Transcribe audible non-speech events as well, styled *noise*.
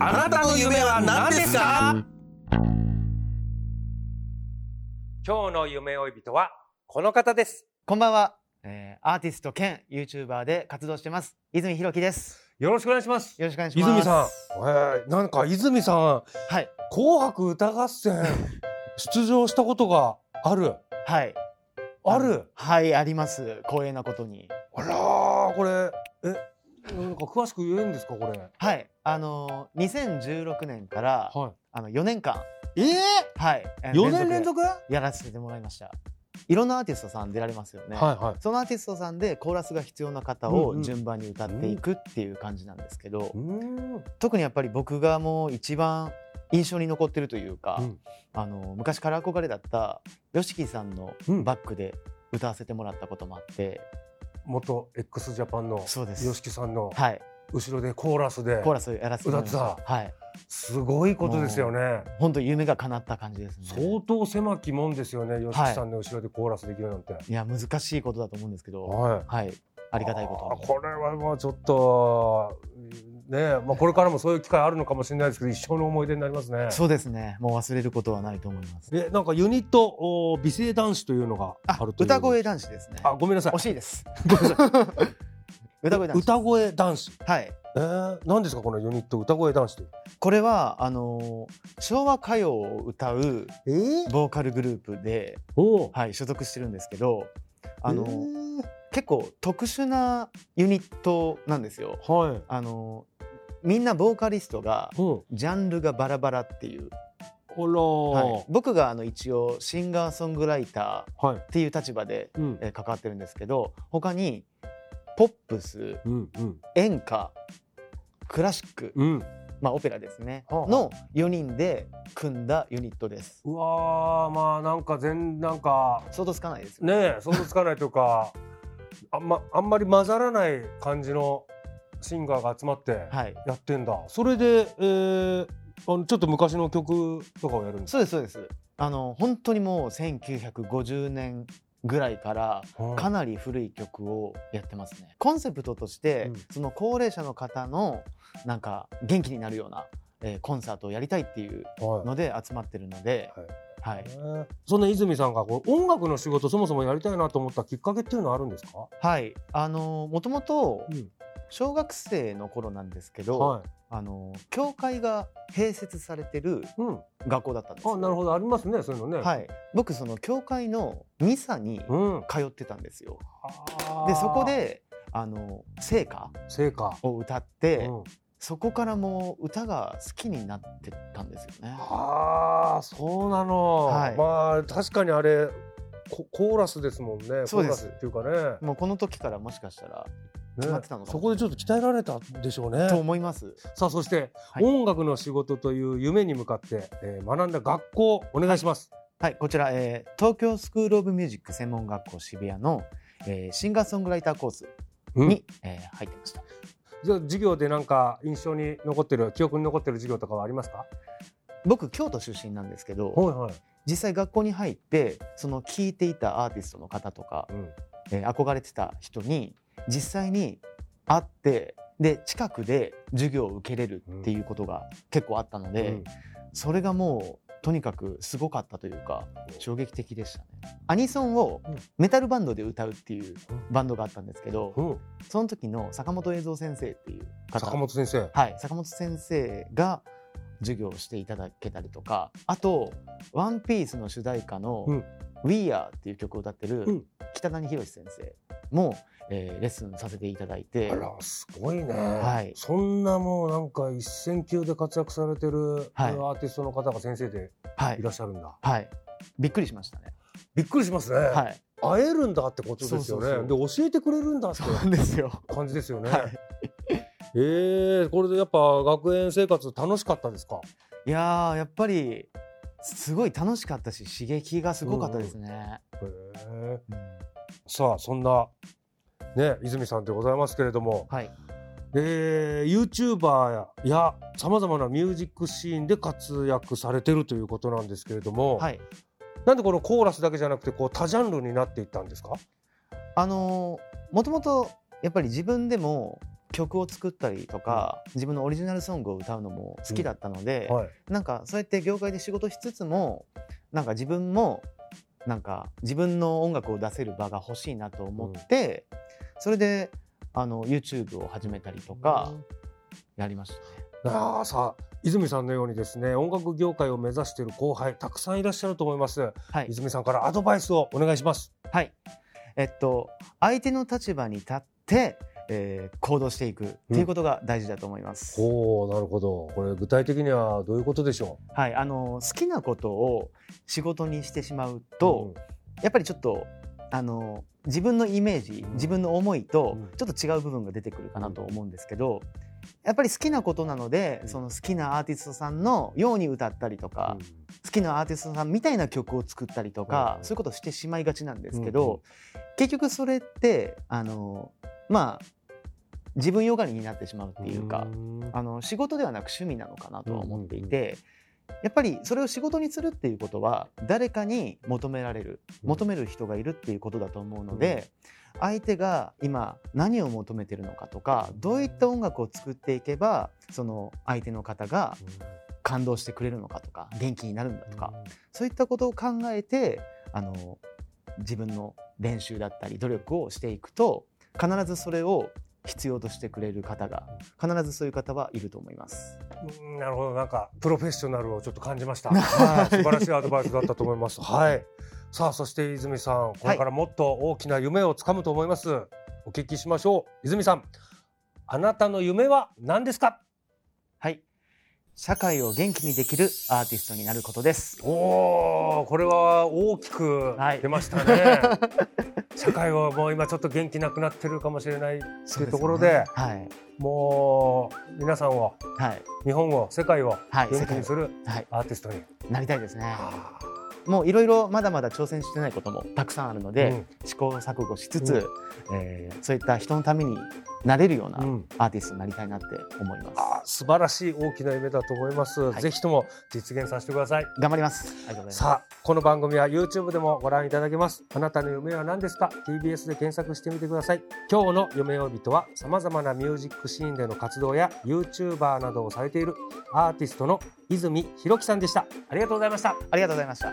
あなたの夢は何ですか今日の夢追い人はこの方ですこんばんは、えー、アーティスト兼 YouTuber で活動してます泉弘樹ですよろしくお願いしますよろしくお願いします泉さん、えー、なんか泉さんはい紅白歌合 *laughs* 戦出場したことがあるはいあるはいあります光栄なことにあらーこれえなんか詳しく言えんですかこれはいあのー、2016年から、はいあの4年間えー、はいえー4年連続でやらせてもらいましたいろんなアーティストさん出られますよね、はいはいそのアーティストさんでコーラスが必要な方うをんうん順番に歌っていくっていう感じなんですけど、うん特にやっぱり僕がもう一番印象に残ってるというか、うんあの昔から憧れだった YOSHIKI さんのうんバックで歌わせてもらったこともあって、元 x ジャパンのそうです YOSHIKI さんのはい、後ろでコーラスでコーラスやらせてもらいまし歌ったてはい、すごいことですよね本当夢が叶った感じですね相当狭きもんですよね YOSHIKI さんの後ろでコーラスできるなんて、いや難しいことだと思うんですけど、はいはい、ありがたいことあにこれはまあちょっとねまあこれからもそういう機会あるのかもしれないですけど一生の思い出になりますねそうですねもう忘れることはないと思いますえなんかユニットお美声男子というのがああるという歌声男子ですねあごめんなさい惜しい *laughs* ですごめんなさい歌歌声声男子男子はいえー、何ですかこのユニット歌声男子ってこれはあのー昭和歌謡を歌うえー、ボーカルグループで、おはい、所属してるんですけどあの、結構特殊なユニットなんですよ。はいあのみんなボーカリストがうんジャンルがバラバラっていう、ほらーはい、僕があの一応シンガーソングライターはい、っていう立場で、うんえー関わってるんですけど他にポップスうんうん演歌クラシック、うんまあ、オペラですねはあはあの4人で組んだユニットです。うわーまあなんか全なんか相当つかないですよねえ想像つかないというか *laughs* あんまあんまり混ざらない感じのシンガーが集まってはいやってんだ、それで、えー、あのちょっと昔の曲とかをやるんですそうですそうです。あの本当にもう1950年ぐらいからか、かなり古い曲をやってますね。コンセプトとして、うんその高齢者の方のなんか元気になるような、えーコンサートをやりたいっていうはいので集まってるので、はい、はい、えーそんな泉さんがこう音楽の仕事そもそもやりたいなと思ったきっかけっていうのはあるんですか、あのもともとうん小学生の頃なんですけど、はいあの教会が併設されてるうん、学校だったんですよあなるほどありますねそういうのね、はい、僕その教会のミサにうん、通ってたんですよ。でそこであの聖歌成果、を歌って、うんそこからもう歌が好きになってったんですよね。ああそうなの、はいまあ確かにあれココーラスですもんねそうでコすーラスっていうかねもうこの時からもしかしたら決まってたのかもそこでちょっと鍛えられたんでしょうねと思います。さあそして、はい音楽の仕事という夢に向かって、えー学んだ学校お願いします、はいこちら、えー東京スクール・オブ・ミュージック専門学校渋谷の、えーシンガーソングライターコースうんに、えー入ってました。じゃあ授業でなんか印象に残ってる記憶に残ってる授業とかはありますか僕京都出身なんですけどはいはい実際学校に入ってその聴いていたアーティストの方とか、うんえー憧れてた人に実際に会ってで近くで授業を受けれるっていうことが結構あったので、うんそれがもうとにかくすごかったというか衝撃的でしたねアニソンをうんメタルバンドで歌うっていううんバンドがあったんですけど、うん、その時の坂本栄三先生っていう方坂本先生はい、坂本先生が授業をしていただけたりとかあと「ワンピースの主題歌のうん「We Are」っていう曲を歌ってうるん北谷宏先生も、えーレッスンさせていただいてあら、すごいね。はいそんなもうなんか一線級で活躍されてるアはいーティストの方が先生ではいいらっしゃるんだ。はい、びっくりしましたね。びっくりしますね。はい、会えるんだってことですよそうそうね。そで、教えてくれるんだってそうなんですよ。感じですよね。はいええこれでやっぱ学園生活楽しかったですか。いやーやっぱりすごい楽しかったし刺激がすごかったですね。へえうんさあ、そんな。ね、泉さんでございますけれども、はい、えー、YouTuber やさまざまなミュージックシーンで活躍されてるということなんですけれども、はい、なんでこのコーラスだけじゃなくてこう多ジャンルになっていったんですかあのーもともとやっぱり自分でも曲を作ったりとか、自分のオリジナルソングを歌うのも好きだったので、はい、なんかそうやって業界で仕事しつつもなんか自分もなんか自分の音楽を出せる場が欲しいなと思って、それであの YouTube を始めたりとかやりましたね。ああさあ泉さんのようにですね音楽業界を目指している後輩たくさんいらっしゃると思いますはい、泉さんからアドバイスをお願いしますはい。えっと、相手の立場に立って、えー行動していくっていうことが大事だと思います。おおなるほどこれ具体的にはどういうことでしょはい、あの好きなことを仕事にしてしまううと、やっぱりちょっとあの自分のイメージ、自分の思いとうんちょっと違う部分が出てくるかなと思うんですけど。やっぱり好きなことなので、その好きなアーティストさんのように歌ったりとか、好きなアーティストさんみたいな曲を作ったりとか、うんそういうことをしてしまいがちなんですうけんうど、結局それってあのまあ自分よがりになってしまうっていうか、あの仕事ではなく趣味なのかなとは思っていて、やっぱりそれを仕事にするっていうことは誰かに求められるうん求める人がいるっていうことだと思うので、相手が今何を求めてるのかとかどういった音楽を作っていけばその相手の方が感動してくれるのかとか元気になるんだとか、そういったことを考えてあの自分の練習だったり努力をしていくと必ずそれを必要としてくれる方が必ずそういう方はいると思います。うんなるほどなんかプロフェッショナルをちょっと感じま *laughs* した、はい素晴らしいアドバイスだったと思いますはいさあそして泉さんこれからもっと大きな夢をつかむと思います、お聞きしましょう泉さんあなたの夢は何ですかはい、社会を元気にできるアーティストになることです。おおこれは大きくはい出ましたね、 *laughs* 社会はもう今ちょっと元気なくなってるかもしれないそうところではいもう皆さんをはい日本を世界をはい元気にするはいアーティストに、なりたいですね。あーもういろいろまだまだ挑戦してないこともたくさんあるので、うん試行錯誤しつつ、えーそういった人のためになれるようなうんアーティストになりたいなって思います。あー素晴らしい大きな夢だと思います、いぜひとも実現させてください頑張ります。ありがとうございます。さあこの番組は YouTube でもご覧いただけますあなたの夢は何ですか TBS で検索してみてください今日の夢追い人は様々なミュージックシーンでの活動や YouTuber などをされているアーティストの泉博樹さんでしたありがとうございましたありがとうございました。